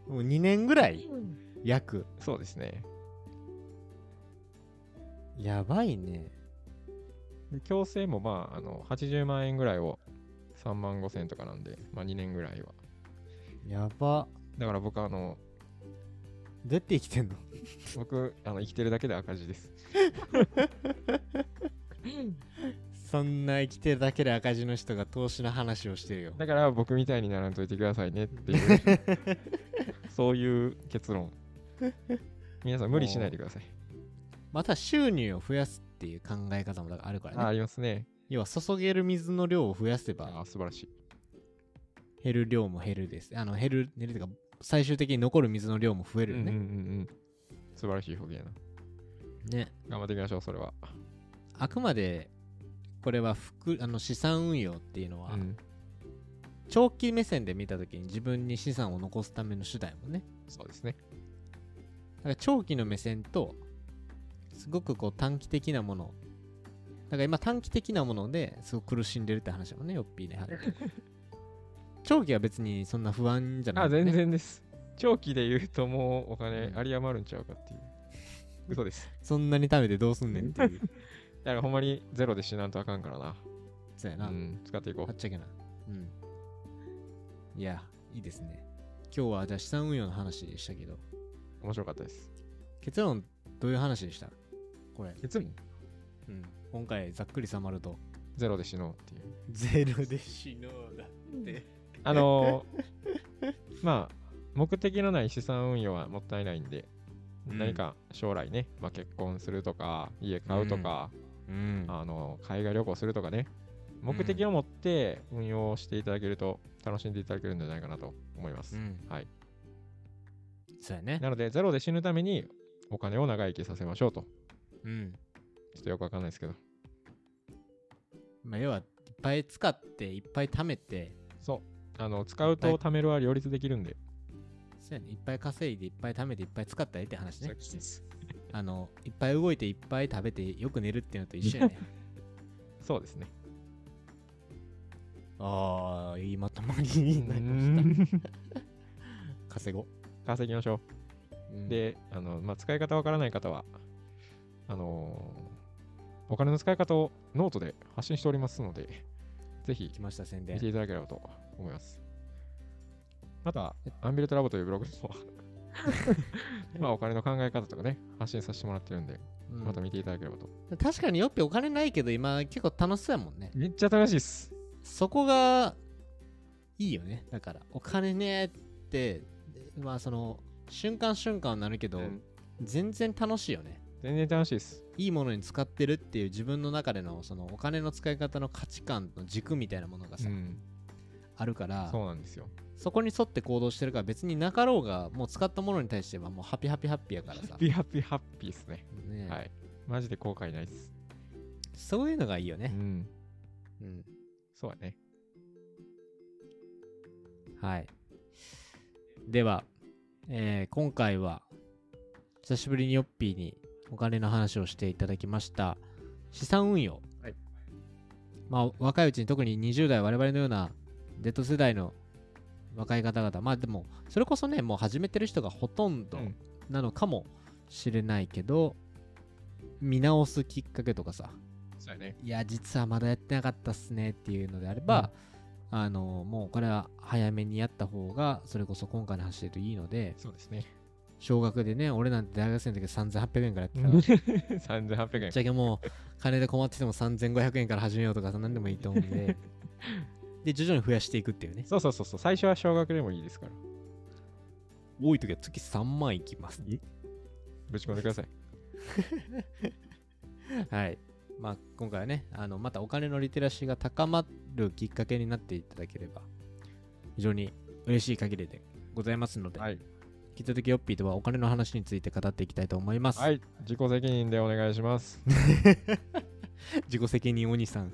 もう2年ぐらい約。
そうですね
やばいね。
で強制もまああの80万円ぐらいを3万5千円とかなんで、まあ、2年ぐらいは
やば。
だから僕あの
どうやって生きてんの
僕あの生きてるだけで赤字です
そんな生きてるだけで赤字の人が投資の話をしてるよ。
だから僕みたいにならんといてくださいねっていう そういう結論皆さん無理しないでください
また収入を増やすっていう考え方もだからあるか
あ
ら
あ
ね。
りますね
要は注げる水の量を増やせ
あ
ば
あ素晴らしい
減る量も減るです。あの減る、減るというか最終的に残る水の量も増えるよ
うんう
ね。
んうんうん素晴らしい表現やな。
ね。
頑張っていきましょう、それは。
あくまでこれは複あの資産運用っていうのは
うん
長期目線で見た時に自分に資産を残すための手段もね。
そうですね。
だから長期の目線と、すごくこう短期的なもの。だから今短期的なものですごく苦しんでるって話だもんね、よっぴー ね。長期は別にそんな不安じゃない、
あ、
ね。
全。然です。長期で言うともうお金
うん
有り余るんちゃうかっていう。嘘です。
そんなに貯めてどうすんねんっていう。
だからほんまにゼロで死なんとあかんからな。
そうや
う
な。
ん、使っていこ
あっちゃけな。うん。いや、いいですね。今日はじゃあ資産運用の話でしたけど、
う。面白かったです。
結論どういう話でしたこれ。
結論
うん。今回ざっくりさまる と。
ゼロで死のうっていう。
ゼロで死のうだって。
あのーまあ、目的のない資産運用はもったいないんで、
うん
何か将来ね、まあ、結婚するとか、家買うとか、
うん。
あの海外旅行するとかね、目的を持って運用していただけると、楽しんでいただけるんじゃないかなと思います。
うん。
はい。
そうやね。
なので、ゼロで死ぬためにお金を長生きさせましょうと。
うん。
ちょっとよくわかんないですけど。
まあ、要はいっぱい使っていっぱい貯めて
そう。あの、使うと貯めるは両立できるんで。
そうやねいっぱい稼いでいっぱい貯めていっぱい使ったらええって話ねあのいっぱい動いていっぱい食べてよく寝るっていうのと一緒 やね
そうですね。
ああいいまとまりになりまし
うん
た稼ご
稼ぎましょう。
うん
で、あの、まあ、使い方わからない方は、あのーお金の使い方をノートで発信しておりますので、ぜひ
来ました宣
見て
伝
いただければと思います。また、アンビルトラボというブログで もまあ、お金の考え方とかね、発信させてもらってるんで、
うん
また見ていただければと。
確かによっぴお金ないけど今結構楽しそうやもんね
めっちゃ楽しいっす。
そこがいいよねだからお金ねってまあその瞬間瞬間はなるけど、
うん
全然楽しいよね
全然楽しいっす。
いいものに使ってるっていう自分の中でのそのお金の使い方の価値観の軸みたいなものがさ、
うん、
あるから
そうなんですよ。
そこに沿って行動してるから別になかろうがもう使ったものに対してはもうハピハピハッピーやから
ハ
さ
ッ、ピーハッピーハッピーっすね。
ね
はい。マジで後悔ないっす。
そういうのがいいよ
う
ね、
ん。
うん
そうやね。
はいでは、えー今回は久しぶりにヨッピーにお金の話をしていただきました資産運用、
はい
まあ若いうちに特に20代我々のような Z 世代の若い方々まあでもそれこそねもう始めてる人がほとんど
うん
なのかもしれないけど、見直すきっかけとかさ
そうやね。
いや実はまだやってなかったっすねっていうのであれば、あのもうこれは早めにやった方がそれこそ今回の話で言うといいので
そうですね。
少額でね俺なんて大学生の時3800円からやってたからぶっ
3800円
ち。ゃけもう金で困ってても3500円から始めようとか何でもいいと思うん でで徐々に増やしていくっていうね
そうそうそうそう。最初は小学でもいいですから。
多い時は月3万いきます
ぶち込んでください。
はい。まあ、今回はね、あの、またお金のリテラシーが高まるきっかけになっていただければ、非常に嬉しい限りでございますので、
はい。
引き続きヨッピーとはお金の話について語っていきたいと思います。
はい。自己責任でお願いします。
自己責任お兄さん。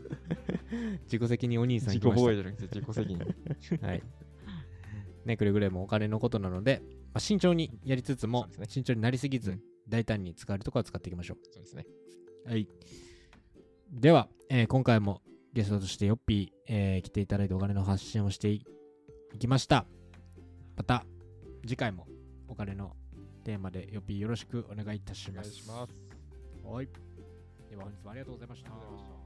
自己責任お兄さん
自
来
己
ました
防衛じゃなくて自己責任。
はい。ね、くれぐれもお金のことなので、まあ、慎重にやりつつ
そ
も
うです、ね
慎重になりすぎず、
うん
大胆に使えるところは使っていきましょう。
そうですね。
はい。では、えー今回もゲストとしてヨッピー、えー来ていただいてお金の発信をしていいきました。また次回もお金のテーマでヨッピーよろしくお願いいたし
お願
ま
い
す。
します。
はい。では本日もありがとうございました。